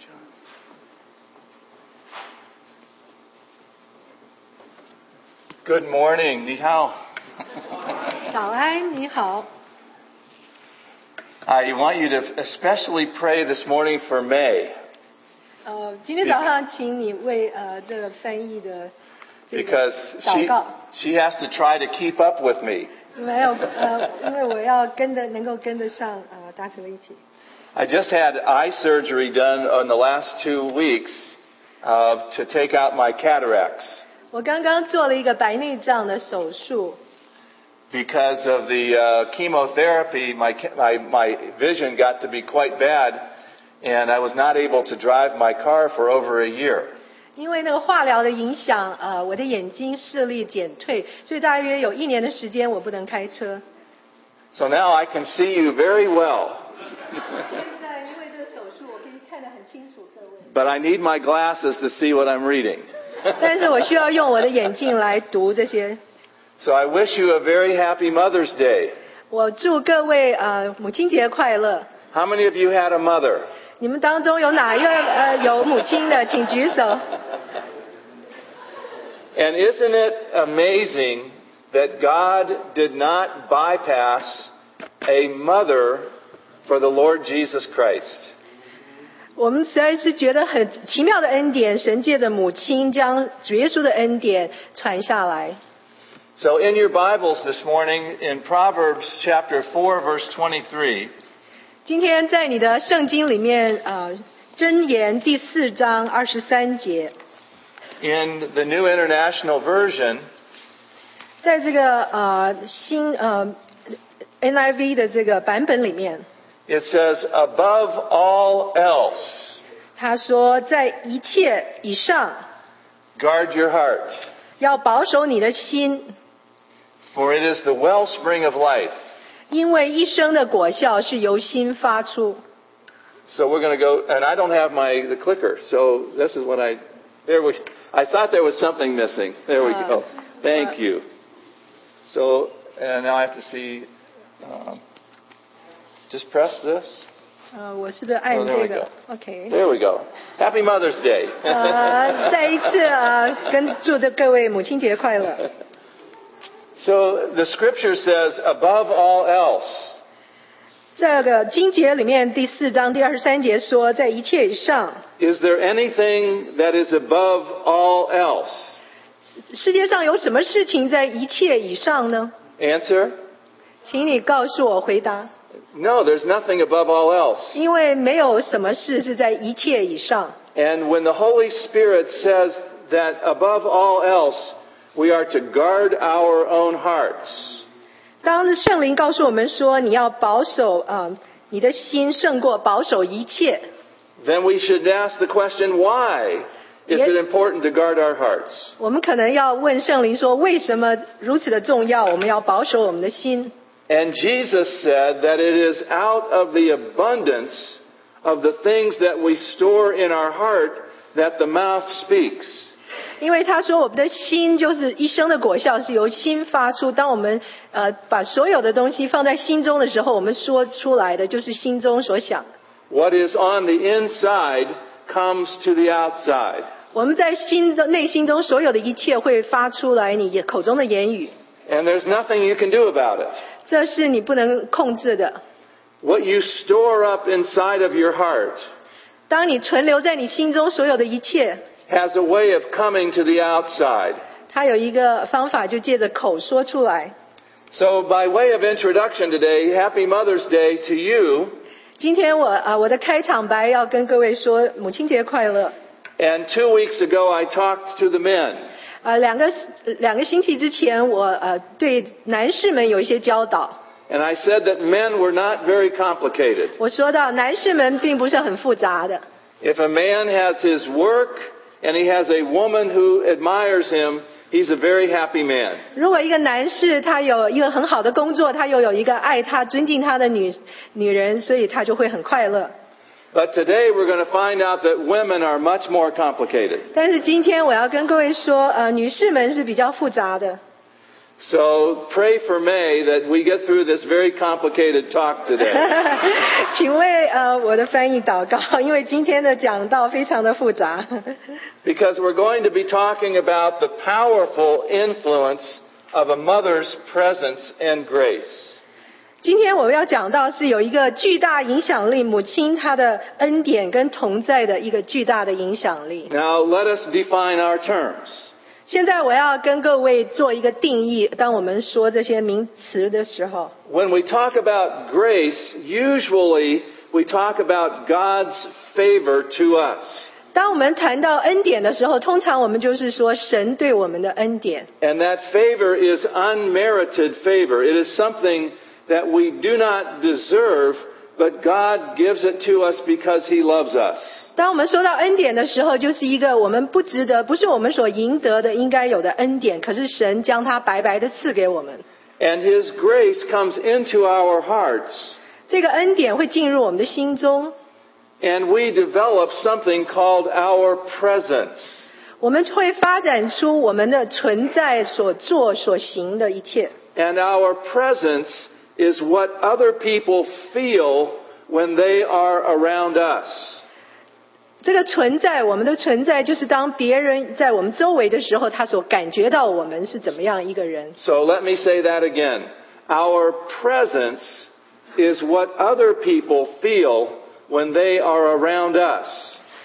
John. Good morning, Ni hao. 早安，你好。 I want you to especially pray this morning for May 呃，今天早上请你为呃这个翻译的这个 because 祷 she, 告， she has to try to keep up with me. 没有呃，因为我要跟着能够跟得上呃达成一起。 I just had eye surgery done on the last two weeks uh, to take out my cataracts 我刚刚做了一个白内障的手术， because of the uh, chemotherapy. My, ca- my my vision got to be quite bad, and I was not able to drive my car for over a year. 因为那个化疗的影响，呃，我的眼睛视力减退，所以大约有一年的时间我不能开车。 So now I can see you very well, 现在因为这个手术，我可以看得很清楚各位。 but I need my glasses to see what I'm reading. 但是我需要用我的眼镜来读这些。 So I wish you a very happy Mother's Day. 我祝各位呃母亲节快乐。 How many of you had a mother? 你们当中有哪一个呃有母亲的，请举手。 And isn't it amazing that God did not bypass a mother for the Lord Jesus Christ? 我们实在是觉得很奇妙的恩典，神界的母亲将主耶稣的恩典传下来。 So in your Bibles this morning, in Proverbs chapter 4 verse 23, 今天在你的圣经里面，呃，箴言第四章二十三节， in the New International Version, 在这个呃新呃 NIV 的这个版本里面， it says, above all else, 他说在一切以上 guard your heart, 要保守你的心， for it is the wellspring of life. 因为一生的果效是由心发出。 So we're going to go, and I don't have my the clicker. So this is what I there we. I thought there was something missing. There we go. Thank you. So and now I have to see. Um, just press this. 呃，我是不是按 Oh, there we 这个 go. ？OK。 There we go. Happy Mother's Day. 呃，再一次呃，跟祝的各位母亲节快乐。 so the scripture says, above all else, 这个经节里面第四章第二十三节说，在一切以上， is there anything that is above all else? 世界上有什么事情在一切以上呢？ Answer: 请你告诉我回答， No, there's nothing above all else. 因为没有什么事是在一切以上。 And when the Holy Spirit says that above all else, we are to guard our own hearts, 当圣灵告诉我们说，你要保守啊、呃你的心胜过保守一切， then we should ask the question, why is Yes. it important to guard our hearts? 我们可能要问圣灵说，为什么如此的重要？我们要保守我们的心。 And Jesus said that it is out of the abundance of the things that we store in our heart that the mouth speaks. 因为他说，我们的心就是一生的果效是由心发出。当我们呃把所有的东西放在心中的时候，我们说出来的就是心中所想。 What is on the inside comes to the outside. 我们在心的内心中所有的一切会发出来你口中的言语， And there's nothing you can do about it. 这是你不能控制的。 What you store up inside of your heart 当你存留在你心中所有的一切， has a way of coming to the outside. 它有一个方法，就借着口说出来。 So, by way of introduction today, Happy Mother's Day to you, 今天我啊、我的开场白要跟各位说母亲节快乐。 and two weeks ago I talked to the men. 啊，两个两个星期之前，我呃对男士们有一些教导。 And I said that men were not very complicated. 我说到，男士们并不是很复杂的。 If a man has his work and he has a woman who admires him, he's a very happy man. 如果一个男士他有一个很好的工作，他又有一个爱他、尊敬他的女女人，所以他就会很快乐。 But today we're going to find out that women are much more complicated. 但是今天我要跟各位说，呃，女士们是比较复杂的。 So pray for May that we get through this very complicated talk today. 请为呃我的翻译祷告，因为今天的讲道非常的复杂。 because we're going to be talking about the powerful influence of a mother's presence and grace. 今天我们要讲到是有一个巨大影响力，母亲她的恩典跟同在的一个巨大的影响力。 Now let us define our terms. 现在我要跟各位做一个定义，当我们说这些名词的时候， When we talk about grace, usually we talk about God's favor to us. 当我们谈到恩典的时候，通常我们就是说神对我们的恩典。 And that favor is unmerited favor. It is something that we do not deserve, but God gives it to us because He loves us. 当我们说到恩典的时候，就是一个我们不值得，不是我们所赢得的应该有的恩典，可是神将它白白的赐给我们。 And His grace comes into our hearts, 这个恩典会进入我们的心中， and we develop something called our presence. 我们会发展出我们的存在所做所行的一切。 And our presence is what other people feel when they are around us. 这个存在，我们的存在，就是当别人在我们周围的时候，他所感觉到我们是怎么样一个人。 So let me say that again. Our presence is what other people feel when they are around us.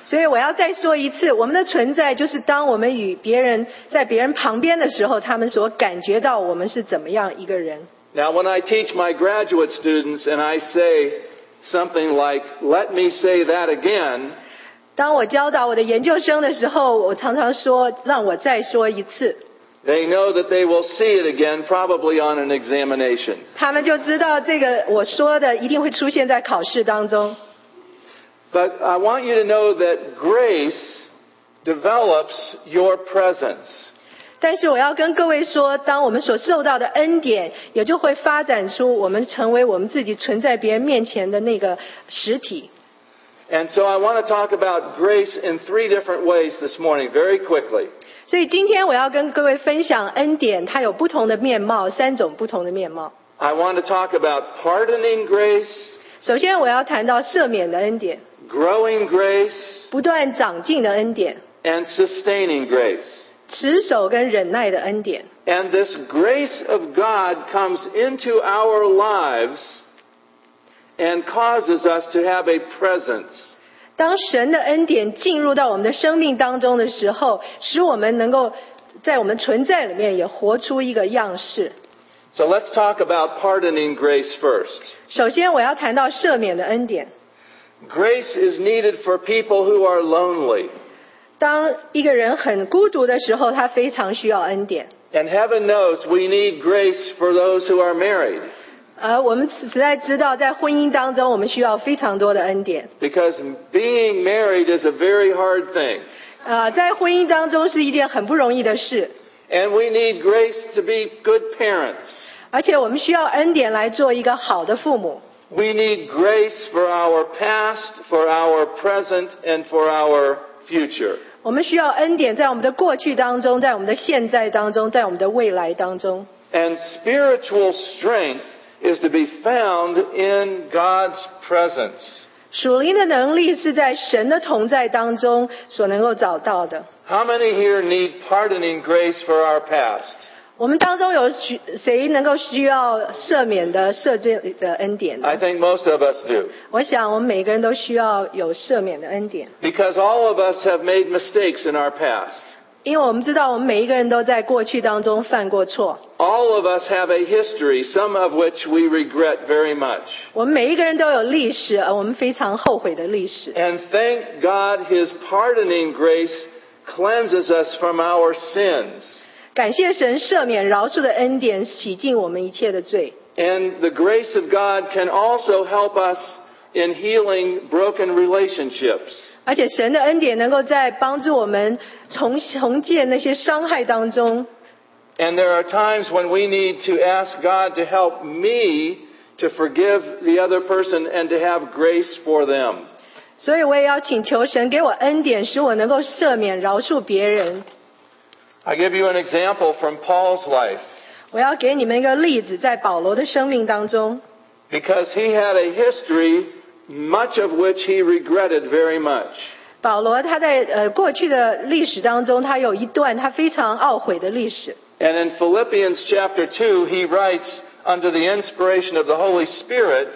所以我要再说一次，我们的存在就是当我们与别人在别人旁边的时候，他们所感觉到我们是怎么样一个人。 Now, when I teach my graduate students and I say something like, let me say that again, 当我教导我的研究生的时候，我常常说让我再说一次， they know that they will see it again probably on an examination. 他们就知道这个我说的一定会出现在考试当中。 But I want you to know that grace develops your presence. 但是我要跟各位说，当我们所受到的恩典，也就会发展出我们成为我们自己存在别人面前的那个实体。 And so I want to talk about grace in three different ways this morning, very quickly. 所以今天我要跟各位分享恩典，它有不同的面貌，三种不同的面貌。 I want to talk about pardoning grace, 首先，我要谈到赦免的恩典、 growing grace, 不断长进的恩典、 and sustaining grace. 持守跟忍耐的恩典。 And this grace of God comes into our lives and causes us to have a presence. 当神的恩典进入到我们的生命当中的时候，使我们能够在我们存在里面也活出一个样式。 So let's talk about pardoning grace first. 首先，我要谈到赦免的恩典。 Grace is needed for people who are lonely. 当一个人很孤独的时候，他非常需要恩典。 And heaven knows we need grace for those who are married 而呃我们实在知道，在婚姻当中，我们需要非常多的恩典。 because being married is a very hard thing. 啊、在婚姻当中是一件很不容易的事， And we need grace to be good parents. 而且我们需要恩典来做一个好的父母。 We need grace for our past, for our present, and for our future. 我们需要恩典在我们的过去当中，在我们的现在当中，在我们的未来当中。 And spiritual strength is to be found in God's presence. 属灵的能力是在神的同在当中所能够找到的。 How many here need pardoning grace for our past? 我们当中有许谁能够需要赦免的赦罪的恩典呢 I think most of us do. 我想我们每个人都需要有赦免的恩典， Because all of us have made mistakes in our past. 因为我们知道我们每一个人都在过去当中犯过错， All of us have a history, some of which we regret very much. 我们每一个人都有历史，而我们非常后悔的历史。 And thank God His pardoning grace cleanses us from our sins. 感谢神赦免饶恕的恩典，洗净我们一切的罪。 And the grace of God can also help us in healing broken relationships. 而且神的恩典能够在帮助我们重重建那些伤害当中， And there are times when we need to ask God to help me to forgive the other person and to have grace for them. 所以我也要请求神给我恩典，使我能够赦免、饶恕别人。 I give you an example from Paul's life. 我要给你们一个例子，在保罗的生命当中， because he had a history, much of which he regretted very much. 保罗他在呃过去的历史当中，他有一段他非常懊悔的历史。 And in Philippians chapter 2, he writes, under the inspiration of the Holy Spirit,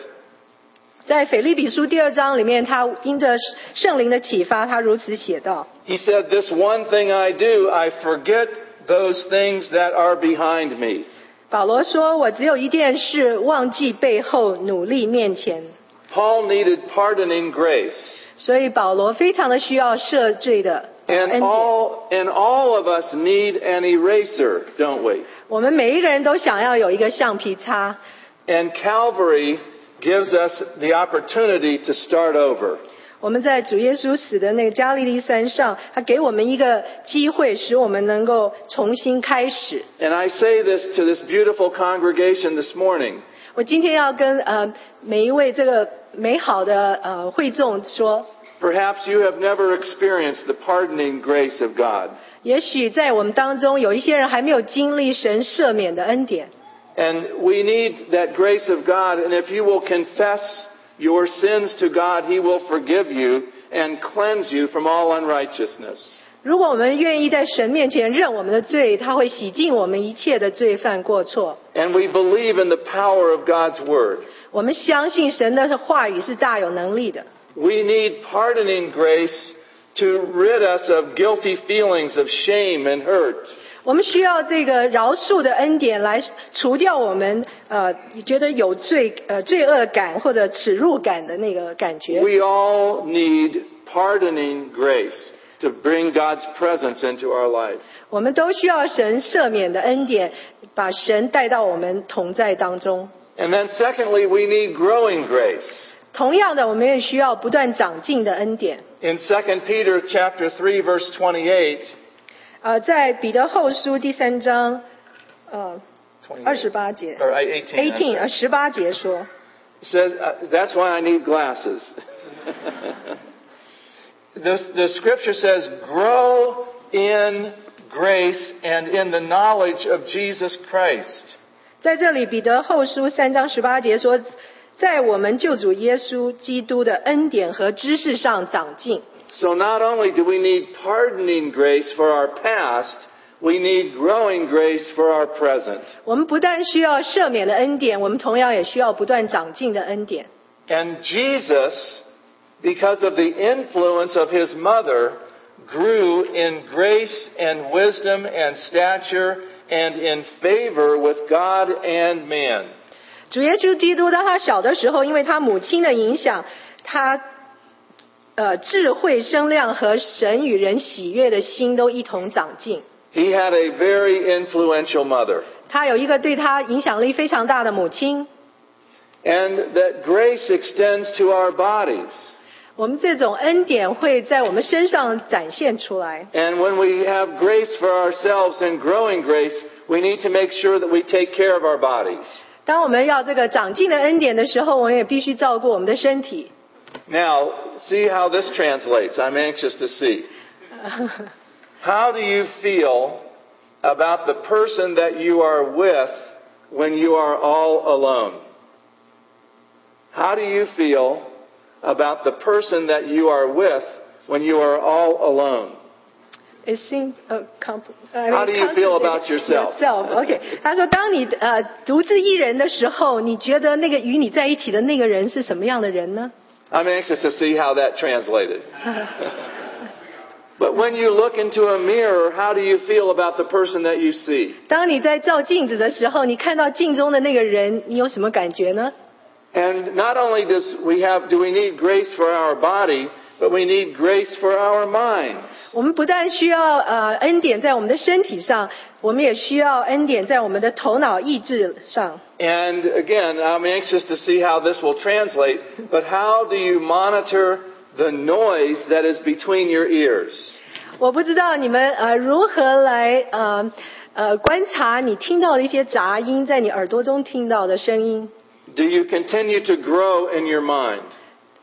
在腓立比书第二章里面，他因着圣灵的启发，他如此写道 he said, This one thing I do, I forget those things that are behind me.：“ 保罗说，我只有一件事，忘记背后，努力面前。 Paul needed pardoning grace. ”所以保罗非常的需要赦罪的呃 And 恩典。 all, and all of us need an eraser, don't we? 我们每一个人都想要有一个橡皮擦， And Calvary gives us the opportunity to start over. 我们在主耶稣死的那个加利利山上，他给我们一个机会，使我们能够重新开始。 And I say this to this beautiful congregation this morning. 我今天要跟呃每一位这个美好的呃会众说， Perhaps you have never experienced the pardoning grace of God. 也许在我们当中有一些人还没有经历神赦免的恩典， And we need that grace of God. And if you will confess your sins to God, He will forgive you and cleanse you from all unrighteousness. 如果我们愿意在神面前认我们的罪，他会洗净我们一切的罪犯过错。 And we believe in the power of God's Word. 我们相信神的话语是大有能力的， We need pardoning grace to rid us of guilty feelings of shame and hurt. 我们需要这个饶恕的恩典来除掉我们呃觉得有罪呃罪恶感或者耻辱感的那个感觉。 We all need pardoning grace to bring God's presence into our life. 我们都需要神赦免的恩典，把神带到我们同在当中。 And then secondly, we need growing grace. 同样的，我们也需要不断长进的恩典。 In 2 Peter chapter 3 verse 28, 呃，在彼得后书第三章，呃，二十28八节 or 18, I'm Oh, ，eighteen sorry. 呃十八节说， says, uh, that's why I need glasses. the, the scripture says, grow in grace and in the knowledge of Jesus Christ. 在这里彼得后书三章十八节说，在我们救主耶稣基督的恩典和知识上长进。 So not only do we need pardoning grace for our past, we need growing grace for our present. 我们不但需要赦免的恩典，我们同样也需要不断长进的恩典。 And Jesus, because of the influence of his mother, grew in grace and wisdom and stature and in favor with God and man. 主耶稣基督，当他小的时候，因为他母亲的影响，他呃智慧、声量和神与人喜悦的心都一同长进。 He had a very influential mother. 他有一个对他影响力非常大的母亲。 And that grace extends to our bodies. 我们这种恩典会在我们身上展现出来。 And when we have grace for ourselves and growing grace, we need to make sure that we take care of our bodies. 当我们要这个长进的恩典的时候，我们也必须照顾我们的身体。 Now, see how this translates. I'm anxious to see. How do you feel about the person that you are with when you are all alone? How do you feel about the person that you are with when you are all alone? It seems a compl- I mean, How do you feel about complicated yourself? yourself? OK，他说，当你呃独自一人的时候，你觉得那个与你在一起的那个人是什么样的人呢？ I'm anxious to see how that translated. but when you look into a mirror, how do you feel about the person that you see? 当你在照镜子的时候，你看到镜中的那个人，你有什么感觉呢？ And not only does we have, do we need grace for our body, but we need grace for our minds. 我们不但需要呃恩典在我们的身体上，我们也需要恩典在我们的头脑意志上。 And again, I'm anxious to see how this will translate, but how do you monitor the noise that is between your ears? 我不知道你们呃如何来呃呃观察你听到的一些杂音，在你耳朵中听到的声音。 Do you continue to grow in your mind?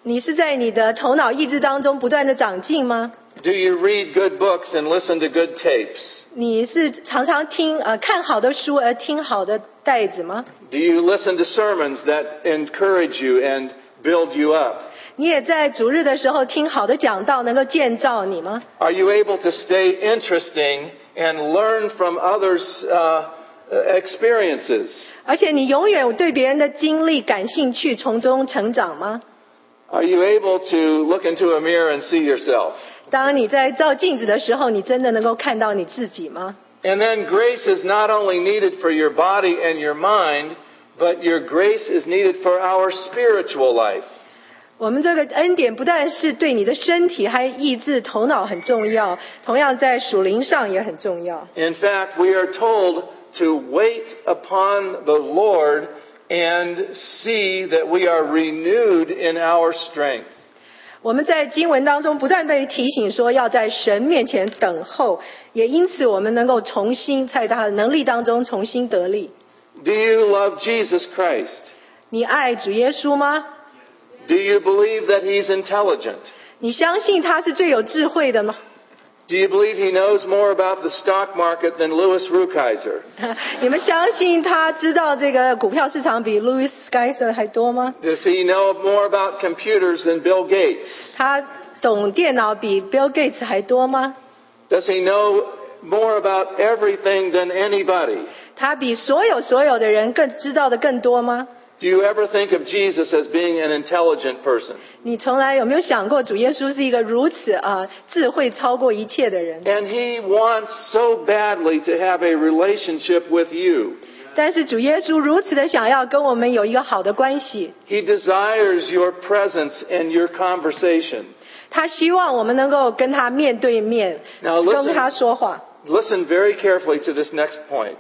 你是在你的头脑意志当中不断的长进吗？ Do you read good books and listen to good tapes? 你是常常听呃看好的书而听好的袋子吗？ Do you listen to sermons that encourage you and build you up? 你也在主日的时候听好的讲道，能够建造你吗？ Are you able to stay interesting and learn from others' uh, experiences? 而且你永远对别人的经历感兴趣，从中成长吗？ Are you able to look into a mirror and see yourself? 当你在照镜子的时候，你真的能够看到你自己吗？ And then grace is not only needed for your body and your mind, but your grace is needed for our spiritual life. 我们这个恩典不但是对你的身体，还意志、头脑很重要，同样在属灵上也很重要。 In fact, we are told to wait upon the Lord and see that we are renewed in our strength. 我们在经文当中不断被提醒说要在神面前等候，也因此我们能够重新在他的能力当中重新得力。 Do you love Jesus Christ? 你爱主耶稣吗？ Do you believe that He's intelligent? 你相信他是最有智慧的吗？ Do you believe He knows more about the stock market than Louis Rukeyser? 你们相信他知道这个股票市场比 Louis g e i s e r 还多吗？ Does he know more about computers than Bill Gates? 他懂电脑比 Bill Gates 还多吗？ Does he know more about everything than anybody? 他比所有所有的人更知道的更多吗？ Do you ever think of Jesus as being an intelligent person? 你从来有没有想过，主耶稣是一个如此啊、智慧超过一切的人？ And he wants so badly to have a relationship with you. 但是主耶稣如此的想要跟我们有一个好的关系， He desires your presence and your conversation. 他希望我们能够跟他面对面， Now 跟 listen. 他说话。 Listen very carefully to this next point.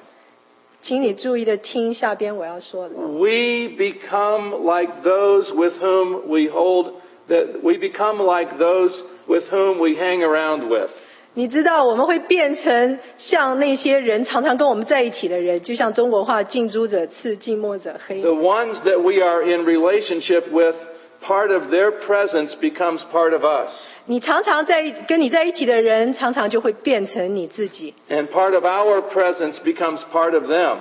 请你注意的听下边我要说的。 We become like those with whom we hold that we become like those with whom we hang around with. 你知道我们会变成像那些人常常跟我们在一起的人，就像中国话“近朱者赤，近墨者黑” The ones that we are in relationship with, part of their presence becomes part of us. 你常常在跟你在一起的人，常常就会变成你自己， And part of our presence becomes part of them.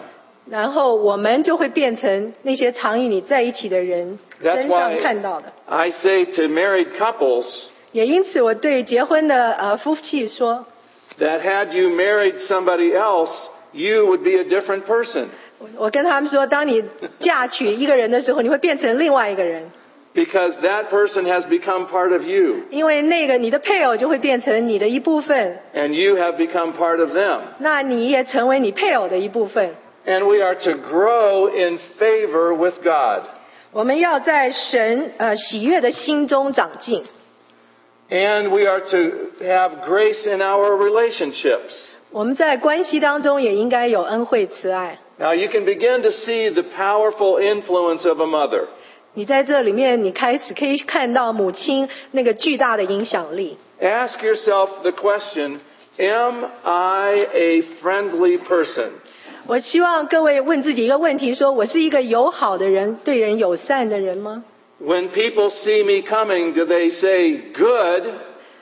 然后我们就会变成那些常与你在一起的人 That's 身上 why- 看到的。 I say to married couples 也因此，我对结婚的呃夫妻说， that had you married somebody else, you would be a different person 我我跟他们说，当你嫁娶一个人的时候，你会变成另外一个人， because that person has become part of you 因为那个你的配偶就会变成你的一部分， and you have become part of them. 那你也成为你配偶的一部分。 And we are to grow in favor with God 我们要在神呃喜悦的心中长进， and we are to have grace in our relationships. 我们在关系当中也应该有恩惠慈爱。 Now you can begin to see the powerful influence of a mother. 你在这里面，你开始可以看到母亲那个巨大的影响力。 Ask yourself the question, am I a friendly person? 我希望各位问自己一个问题：说我是一个友好的人，对人友善的人吗？ When people see me coming, do they say good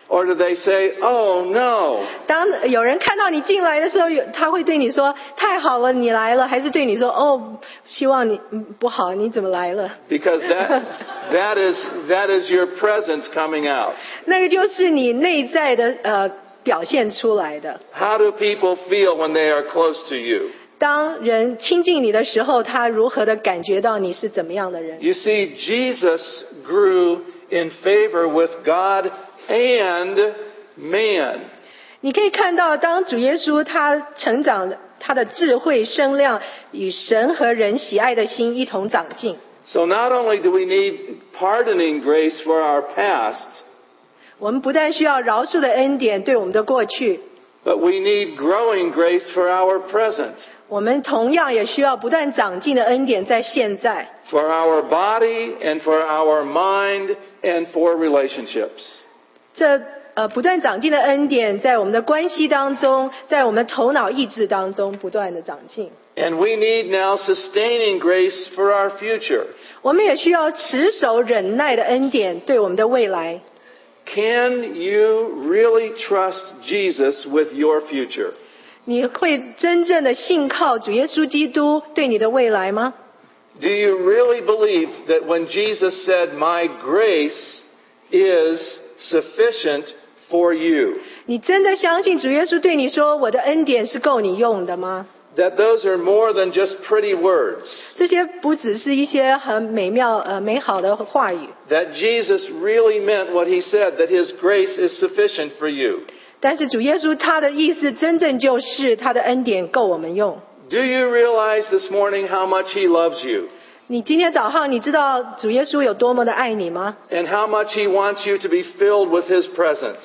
or do they say, oh no? 当有人看到你进来的时候，有他会对你说：“太好了，你来了。”还是对你说：“哦，希望你嗯不好，你怎么来了 Because that, that is, that is your presence coming out.？” 那个就是你内在的呃表现出来的。 How do people feel when they are close to you? 当人亲近你的时候，他如何的感觉到你是怎么样的人？ You see, Jesus grew in favor with God and man. 你可以看到，当主耶稣他成长，他的智慧声量与神和人喜爱的心一同长进。 So not only do we need pardoning grace for our past, 我们不但需要饶恕的恩典对我们的过去， but we need growing grace for our present, 我们同样也需要不断长进的恩典在现在， for our body and for our mind and for relationships. 这呃不断长进的恩典，在我们的关系当中，在我们的头脑意志当中不断的长进。 And we need now sustaining grace for our future. 我们也需要持守忍耐的恩典对我们的未来。 Can you really trust Jesus with your future? 你会真正的信靠主耶稣基督对你的未来吗？ Do you really believe that when Jesus said, My grace is sufficient for you, 你真的相信主耶稣对你说我的恩典是够你用的吗？ that those are more than just pretty words? 这些不只是一些很美妙呃美好的话语， That Jesus really meant what he said, that his grace is sufficient for you? 但是主耶稣他的意思真正就是他的恩典够我们用。 Do you realize this morning how much he loves you 你今天早上你知道主耶稣有多么的爱你吗？ and how much he wants you to be filled with his presence?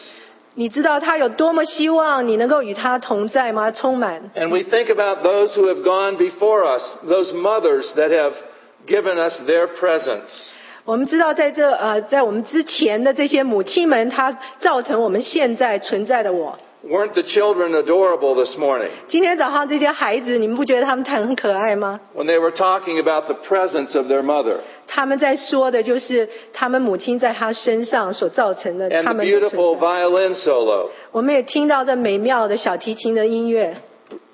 你知道他有多么希望你能够与他同在吗？充满。 And we think about those who have gone before us, those mothers that have given us their presence. 我们知道，在这呃，在我们之前的这些母亲们，她造成我们现在存在的我。 Weren't the children adorable this morning 今天早上这些孩子，你们不觉得他们很可爱吗？ when they were talking about the presence of their mother 他们在说的就是他们母亲在他身上所造成的 and 他 the 们的 beautiful 存在。 violin solo? 我们也听到这美妙的小提琴的音乐，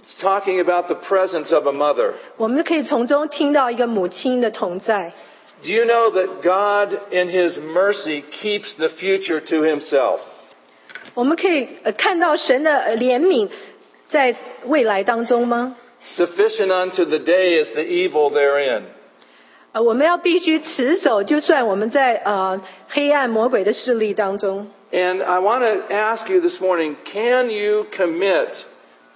It's talking about the presence of a mother. 我们可以从中听到一个母亲的同在。 Do you know that God, in His mercy, keeps the future to Himself? 我们可以呃看到神的呃怜悯在未来当中吗？ Sufficient unto the day is the evil therein. 呃，我们要必须持守，就算我们在呃黑暗魔鬼的势力当中。 And I want to ask you this morning can you commit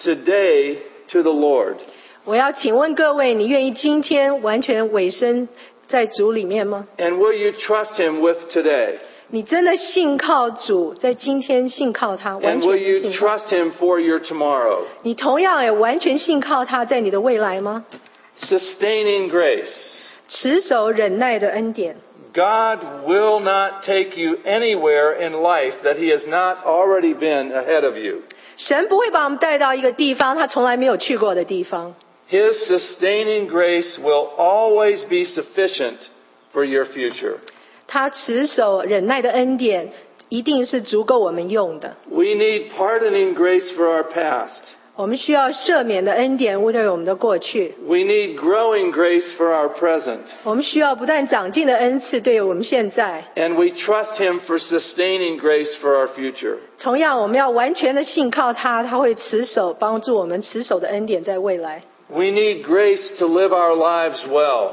today to the Lord? 我要请问各位，你愿意今天完全委身在主里面吗？ And will you trust Him with today? 你真的信靠主，在今天信靠他，完 And will 全地 you 信靠。 trust Him for your tomorrow? 你同样也完全信靠他，在你的未来吗？ Sustaining grace. 持守忍耐的恩典， God will not take you anywhere in life that He has not already been ahead of you. 神不会把我们带到一个地方，他从来没有去过的地方。 His sustaining grace will always be sufficient for your future. 他持守忍耐的恩典，一定是足够我们用的。 We need pardoning grace for our past. 我们需要赦免的恩典，污对我们的过去； We need growing grace for our present. 我们需要不断长进的恩赐，对于我们现在。 And we trust Him for sustaining grace for our future. 同样，我们要完全的信靠他，他会持守帮助我们持守的恩典在未来。 We need grace to live our lives well.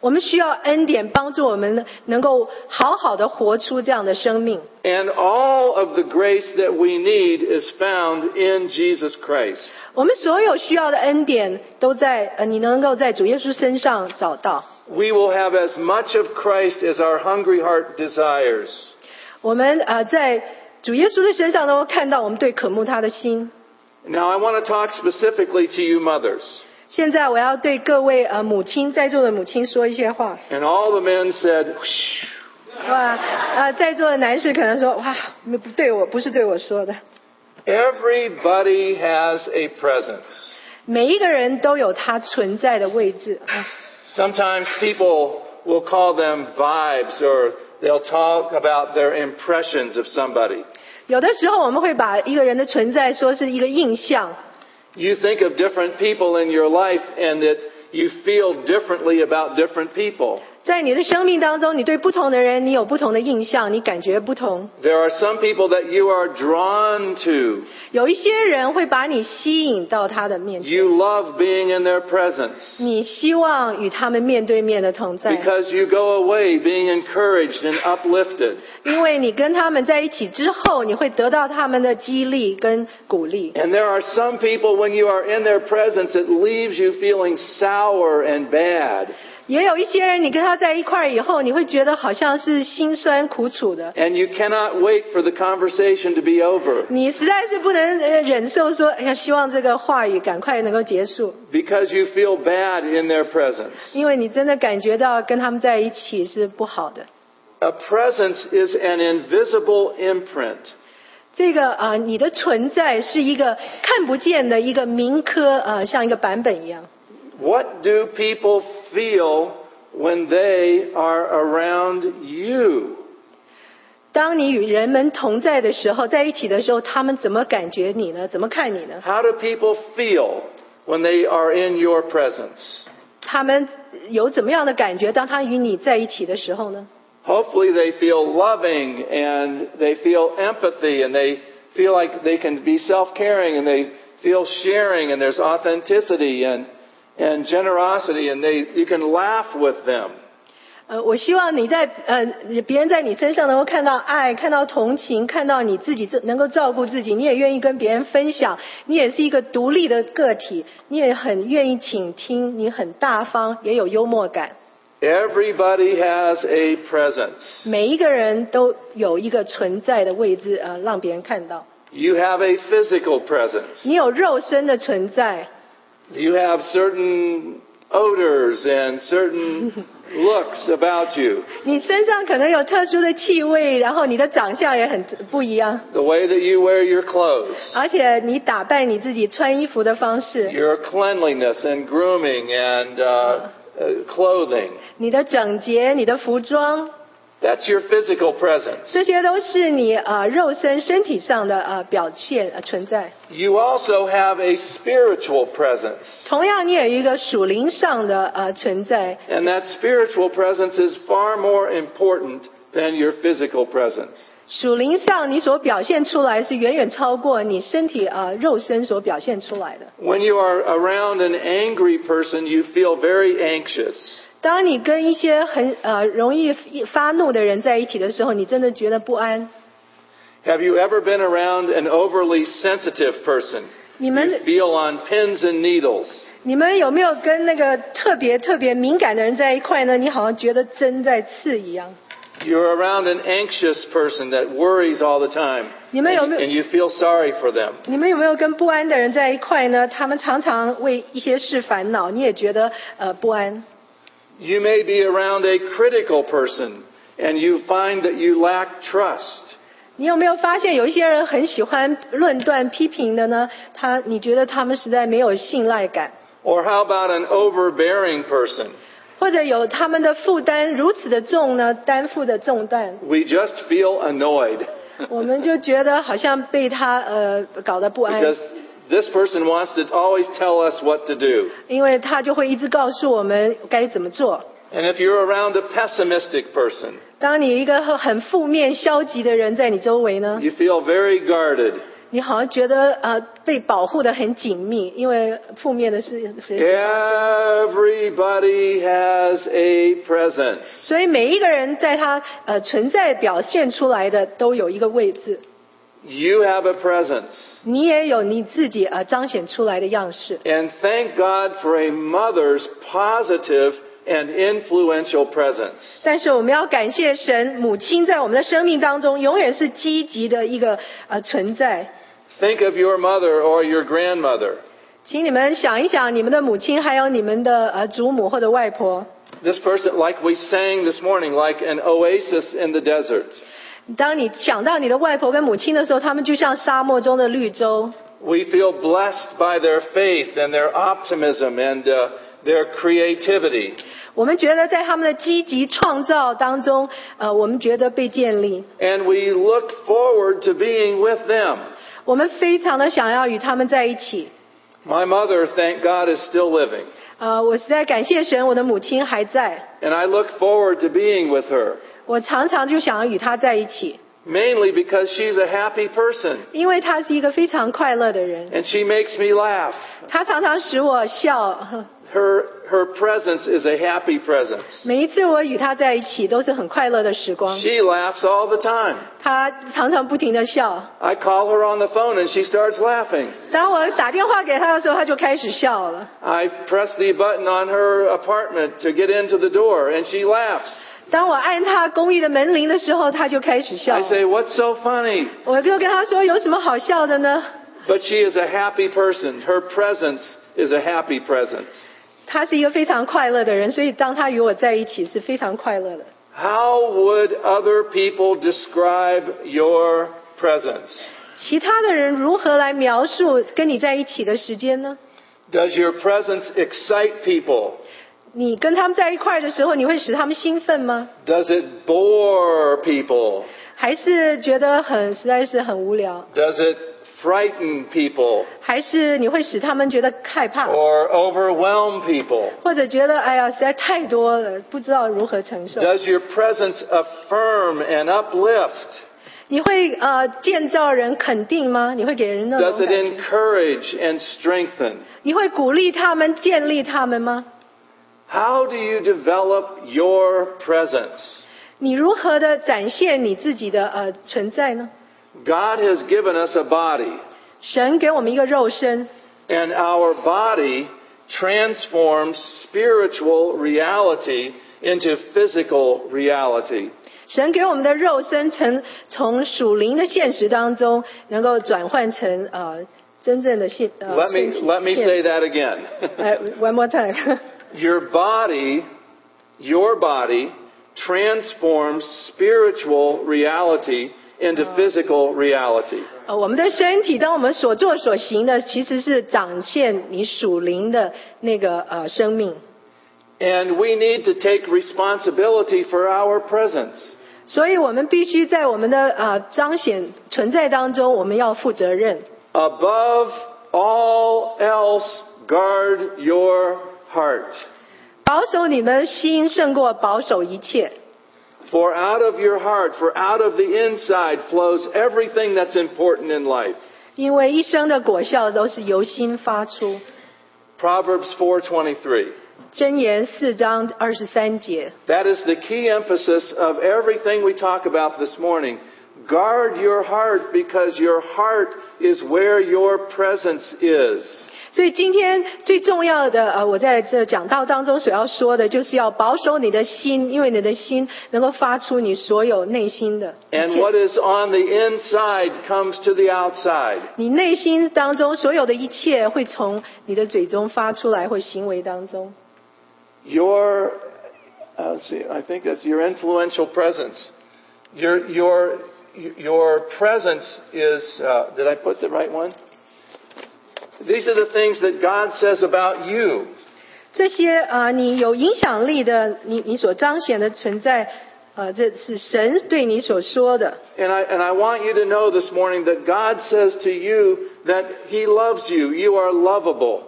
我们需要恩典帮助我们能够好好的活出这样的生命。 And all of the grace that we need is found in Jesus Christ. 我们所有需要的恩典都在呃，你能够在主耶稣身上找到。 We will have as much of Christ as our hungry heart desires. 我们呃，在主耶稣的身上能够看到我们对渴慕他的心。 Now I want to talk specifically to you mothers. 现在我要对各位呃母亲在座的母亲说一些话。 And all the men said, Whoosh. 哇，呃，在座的男士可能说哇，没不对我不是对我说的。 everybody has a presence. 每一个人都有他存在的位置。啊 Sometimes people will call them vibes or they'll talk about their impressions of somebody. 有的时候我们会把一个人的存在说是一个印象， You think of different people in your life and that you feel differently about different people. 在你的生命当中，你对不同的人，你有不同的印象，你感觉不同。 There are some people that you are drawn to. 有一些人会把你吸引到他的面前， You love being in their presence 你希望与他们面对面的同在， because you go away being encouraged and uplifted. 因为你跟他们在一起之后，你会得到他们的激励跟鼓励。 And there are some people, when you are in their presence, it leaves you feeling sour and bad. 也有一些人，你跟他在一块儿以后，你会觉得好像是辛酸苦楚的， And you cannot wait for the conversation to be over 你实在是不能呃忍受说，哎呀，希望这个话语赶快能够结束， because you feel bad in their presence. 因为你真的感觉到跟他们在一起是不好的。 A presence is an invisible imprint. 这个啊、呃你的存在是一个看不见的一个铭刻，呃，像一个版本一样。 What do people feel when they are around you? 当你与人们同在的时候，在一起的时候，他们怎么感觉你呢？怎么看你呢？ How do people feel when they are in your presence? 他们有怎么样的感觉？当他与你在一起的时候呢？ Hopefully, they feel loving and they feel empathy and they feel like they can be self caring and they feel sharing and there's authenticity and, and generosity and they, you can laugh with them. 呃，我希望你在呃别人在你身上能够看到爱，看到同情，看到你自己这能够照顾自己，你也愿意跟别人分享，你也是一个独立的个体，你也很愿意倾听，你很大方，也有幽默感。 Everybody has a presence. 每一个人都有一个存在的位置，呃，让别人看到 You have a physical presence. 你有肉身的存在， You have certain odors and certain looks about you. 你身上可能有特殊的气味，然后你的长相也很不一样， The way that you wear your clothes. 而且你打扮你自己穿衣服的方式， your cleanliness and grooming and uh, uh, clothing. 你的整洁，你的服装， That's your physical presence. 这些都是你呃肉身身体上的呃表现呃存在。 You also have a spiritual presence, 同样，你也有一个属灵上的呃存在， and that spiritual presence is far more important than your physical presence. 属灵上你所表现出来是远远超过你身体呃肉身所表现出来的。 When you are around an angry person, you feel very anxious. 当你跟一些很呃容易发怒的人在一起的时候，你真的觉得不安。 Have you ever been around an overly sensitive person? 你们 You feel on pins and needles. 你们有没有跟那个特别特别敏感的人在一块呢？你好像觉得针在刺一样。 You're around an anxious person that worries all the time, 你们有没有- and you feel sorry for them. 你们有没有跟不安的人在一块呢？他们常常为一些事烦恼，你也觉得呃不安。 You may be around a critical person, and you find that you lack trust. 你有没有发现有一些人很喜欢论断批评的呢？他你觉得他们实在没有信赖感， Or how about an overbearing person? 或者有他们的负担如此的重呢，担负的重担， We just feel annoyed 我们就觉得好像被他呃搞得不安， because this person wants to always tell us what to do. 因为他就会一直告诉我们该怎么做。 And if you're around a pessimistic person, 当你一个很负面、消极的人在你周围呢， you feel very guarded. 你好像觉得呃被保护的很紧密，因为负面的事。 Everybody has a presence. 所以每一个人在他呃存在表现出来的都有一个位置， You have a presence. 你也有你自己呃彰显出来的样式。 And thank God for a mother's positive and influential presence. 但是我们要感谢神，母亲在我们的生命当中永远是积极的一个呃存在。 Think of your mother or your grandmother. 请你们想一想，你们的母亲还有你们的呃祖母或者外婆。 This person, like we sang this morning, like an oasis in the desert. 当你想到你的外婆跟母亲的时候，他们就像沙漠中的绿洲。 We feel blessed by their faith and their optimism and uh, their creativity. 我们觉得在他们的积极创造当中，呃，我们觉得被建立。 And we look forward to being with them. 我们非常的想要与他们在一起。 My mother, thank God, is still living. 呃，我实在感谢神，我的母亲还在， And I look forward to being with her, 我常常就想要与她在一起， mainly because she's a happy person 因为她是一个非常快乐的人， and she makes me laugh. 她常常使我笑。 Her, her presence is a happy presence. 每一次我与她在一起，都是很快乐的时光。 She laughs all the time. 她常常不停的笑。 I call her on the phone and she starts laughing. 当我打电话给她的时候，她就开始笑了。 I press the button on her apartment to get into the door and she laughs. 当我按她公寓的门铃的时候，她就开始笑 I 了。 say, What's so funny? 我就跟她说：“有什么好笑的呢？” But she is a happy person. Her presence is a happy presence. 她是一个非常快乐的人，所以当她与我在一起是非常快乐的。 How would other people describe your presence? 其他的人如何来描述跟你在一起的时间呢？ Does your presence excite people? 你跟他们在一块儿的时候，你会使他们兴奋吗？ Does it bore people? 还是觉得很实在是很无聊， Does it frighten people 还是你会使他们觉得害怕， or overwhelm people? 或者觉得哎呀实在太多了，不知道如何承受。 Does your presence affirm and uplift? 你会呃建造人肯定吗？你会给人那 Does 种 it 感觉？ encourage and strengthen? 你会鼓励他们、建立他们吗？ How do you develop your presence? 你如何的展现你自己的呃存在呢？ God has given us a body, 神给我们一个肉身， and our body transforms spiritual reality into physical reality. 神给我们的肉身从从属灵的现实当中，能够转换成呃真正的现呃 Let 身 me 体 let me 现 say 实。 that again. 哎，one more time， Your body, your body transforms spiritual reality into physical reality. 呃，我们的身体，当我们所做所行的，其实是展现你属灵的那个呃生命。 And we need to take responsibility for our presence. 所以我们必须在我们的呃彰显存在当中，我们要负责任。 Above all else, guard your heart. 保守你的心胜过保守一切， For out of your heart, for out of the inside flows everything that's important in life. 因为一生的果效都是由心发出。 Proverbs 4:23. 箴言四章二十三节， That is the key emphasis of everything we talk about this morning. Guard your heart because your heart is where your presence is. 所以今天最重要的呃，我在这讲道当中所要说的，就是要保守你的心，因为你的心能够发出你所有内心的一 And 切。 what is on the inside comes to the outside. 你内心当中所有的一切会从你的嘴中发出来，或行为当中。 Your, uh, let's see, I think that's your influential presence. Your, your, your presence is, uh, did I put the right one? These are the things that God says about you. 这些啊、呃你有影响力的，你你所彰显的存在，呃，这是神对你所说的。 And I, and I want you to know this morning that God says to you that He loves you. You are lovable.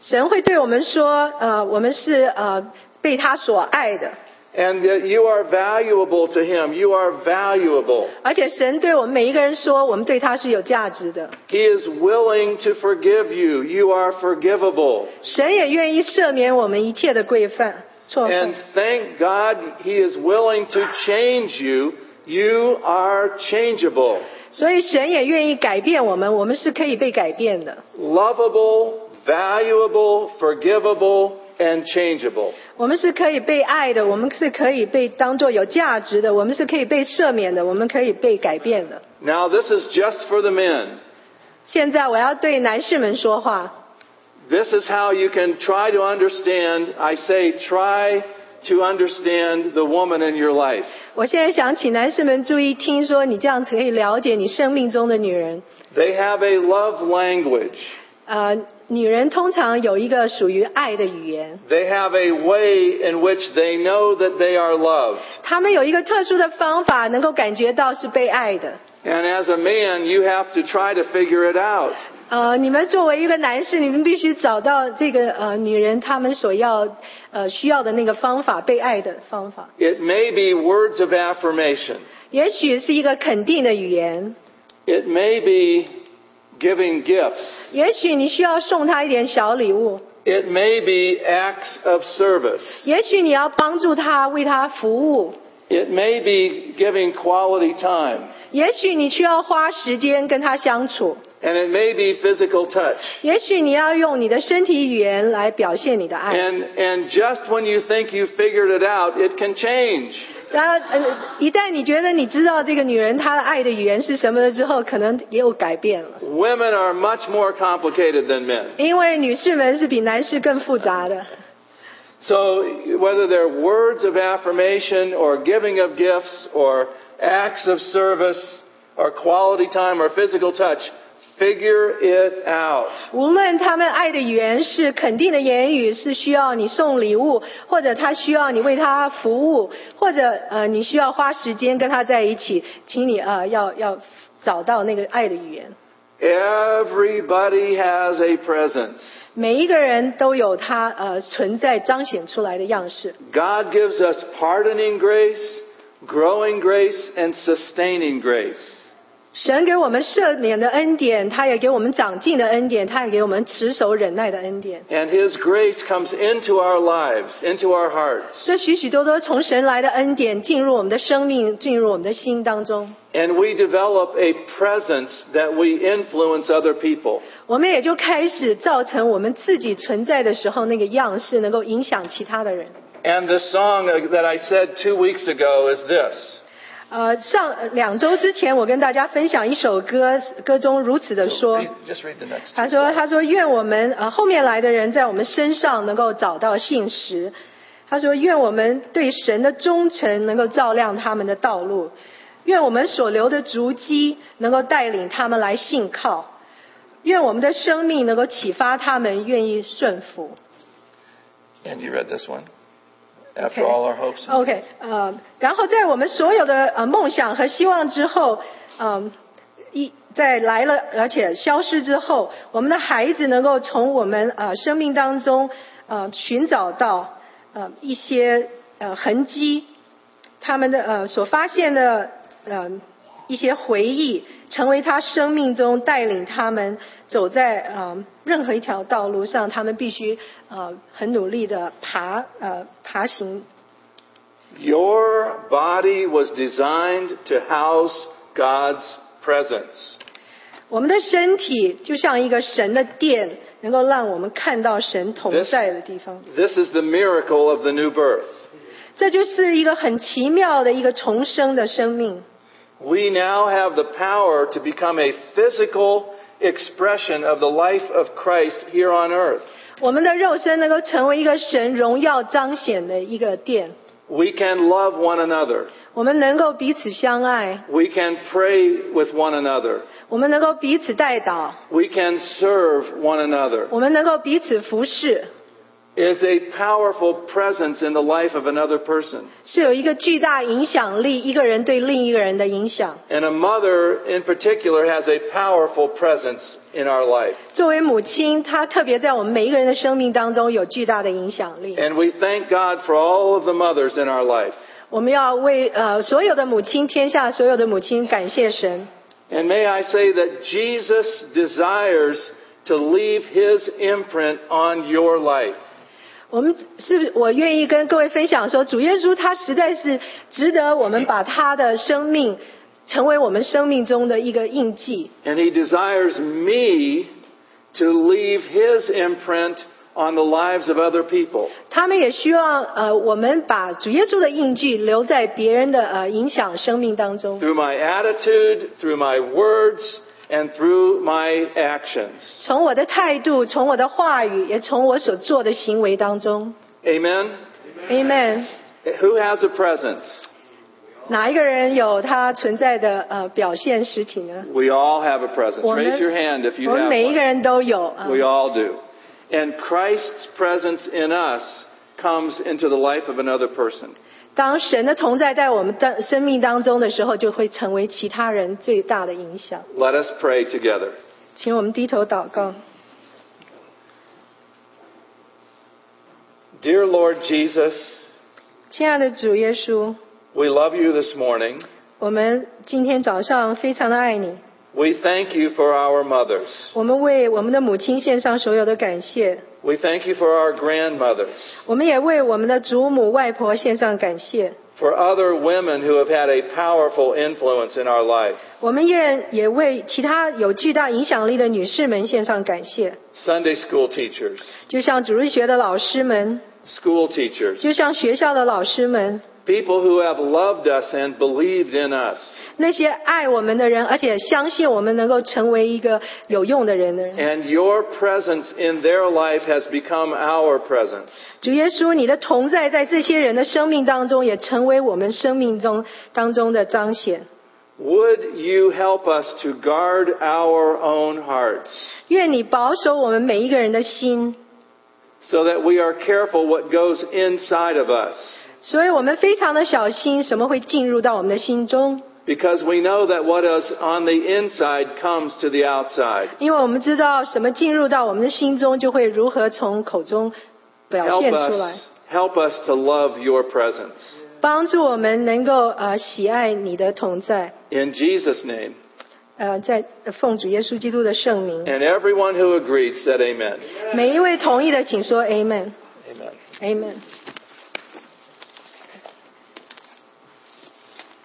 神会对我们说，呃，我们是呃被他所爱的， And that you are valuable to Him. You are valuable. 而且神对我们每一个人说，我们对他是有价值的。 He is willing to forgive you. You are forgivable. 神也愿意赦免我们一切的规范错 And 犯。 thank God He is willing to change you. You are changeable. 所以神也愿意改变我们，我们是可以被改变的。 Lovable, valuable, forgivable, and changeable. 我们是可以被爱的，我们是可以被当做有价值的，我们是可以被赦免的，我们可以被改变的。 Now this is just for the men. 现在我要对男士们说话。 This is how you can try to understand, I say try to understand the woman in your life. 我现在想请男士们注意听，说你这样子可以了解你生命中的女人。 They have a love language. 呃，女人通常有一个属于爱的语言， They have a way in which they know that they are loved. 她们有一个特殊的方法，能够感觉到是被爱的。 And as a man, you have to try to figure it out. 呃，你们作为一个男士，你们必须找到这个呃女人她们所要呃需要的那个方法，被爱的方法。 It may be words of affirmation. 也许是一个肯定的语言， It may be giving gifts. 也许你需要送她一点小礼物， It may be acts of service. 也许你要帮助她，为她服务， It may be giving quality time. 也许你需要花时间跟她相处。 And it may be physical touch. 也许你要用你的身体语言来表现你的爱。 And and just when you think you figured it out, it can change. 然后，呃，一旦你觉得你知道这个女人她的爱的语言是什么了之后，可能也有改变了。 Women are much more complicated than men. 因为女士们是比男士更复杂的， So whether they're words of affirmation or giving of gifts or acts of service or quality time or physical touch, Figure it out. 无论他们爱的语言是肯定的言语，是需要你送礼物，或者他需要你为他服务，或者呃你需要花时间跟他在一起，请你呃要要找到那个爱的语言。 Everybody has a presence. 每一个人都有他呃存在彰显出来的样式。 God gives us pardoning grace, growing grace, and sustaining grace. 神给我们赦免的恩典，他也给我们长进的恩典，他也给我们持守忍耐的恩典。 And His grace comes into our lives, into our hearts. 这许许多多从神来的恩典进入我们的生命，进入我们的心当中， And we develop a presence that we influence other people. 我们也就开始造成我们自己存在的时候那个样式，能够影响其他的人。 And the song uh, that I said two weeks ago is this 呃，上呃两周之前，我跟大家分享一首歌，歌中如此的说 Read-，Just read the next. 他说：“他说，愿我们呃后面来的人在我们身上能够找到信实。他说，愿我们对神的忠诚能够照亮他们的道路，愿我们所留的足迹能够带领他们来信靠，愿我们的生命能够启发他们愿意顺服。” And you read this one? After Okay. all our hopes. and- OK，呃，然后在我们所有的呃梦想和希望之后，嗯、一在来了而且消失之后，我们的孩子能够从我们呃生命当中呃寻找到呃一些呃痕迹，他们的呃所发现的呃一些回忆，成为他生命中带领他们走在呃任何一条道路上，他们必须呃很努力的爬呃爬行 Your body was designed to house God's presence. 我们的身体就像一个神的殿，能够让我们看到神同在的地方。 This is the miracle of the new birth. 这就是一个很奇妙的一个重生的生命。 We now have the power to become a physical expression of the life of Christ here on earth. 我们的肉身能够成为一个神荣耀彰显的一个殿， We can love one another. 我们能够彼此相爱， We can pray with one another. 我们能够彼此带导， We can serve one another. 我们能够彼此服侍， It Is a powerful presence in the life of another person. 是有一个巨大影响力，一个人对另一个人的影响。 And a mother in particular has a powerful presence in our life. 作为母亲，她特别在我们每一个人的生命当中有巨大的影响力。 And we thank God for all of the mothers in our life. 我们要为呃所有的母亲，天下所有的母亲感谢神。 And may I say that Jesus desires to leave his imprint on your life. 我们是我愿意跟各位分享说，主耶稣他实在是值得我们把他的生命成为我们生命中的一个印记。 And he desires me to leave his imprint on the lives of other people. 他们也希望呃我们把主耶稣的印记留在别人的呃影响生命当中， Through my attitude, through my words, and through my actions. 从我的态度，从我的话语，也从我所做的行为当中。 Amen? Amen。 Who has a presence? 哪一个人有他存在的呃表现实体呢？ We all have a presence. 我们 Raise your hand if you 我 have 们每一 one. 个人都有啊。 We all do. And Christ's presence in us comes into the life of another person. 当神的同在在我们的生命当中的时候，就会成为其他人最大的影响。 Let us pray together. 请我们低头祷告， Dear Lord Jesus, 亲爱的主耶稣， we love you this morning. 我们今天早上非常的爱你， We thank you for our mothers. 我们为我们的母亲献上所有的感谢， We thank you for our grandmothers, 我们也为我们的祖母、外婆献上感谢， for other women who have had a powerful influence in our life. 我们愿也为其他有巨大影响力的女士们献上感谢， Sunday school teachers, 就像主日学的老师们， school teachers, 就像学校的老师们， people who have loved us and believed in us, 那些爱我们的人，而且相信我们能够成为一个有用的人的人。 and your presence in their life has become our presence. 主耶稣，你的同在在这些人的生命当中，也成为我们生命中当中的彰显。 Would you help us to guard our own hearts 愿你保守我们每一个人的心， so that we are careful what goes inside of us? 所以我们非常的小心，什么会进入到我们的心中？ Because we know that what is on the inside comes to the outside. 因为我们知道什么进入到我们的心中，就会如何从口中表 Help 现出来 us,。help us to love your presence. 帮助我们能够呃喜爱你的同在， In Jesus' name. 呃，在呃奉主耶稣基督的圣名， And everyone who agreed said amen. 每一位同意的请说 Amen，Amen Amen. Amen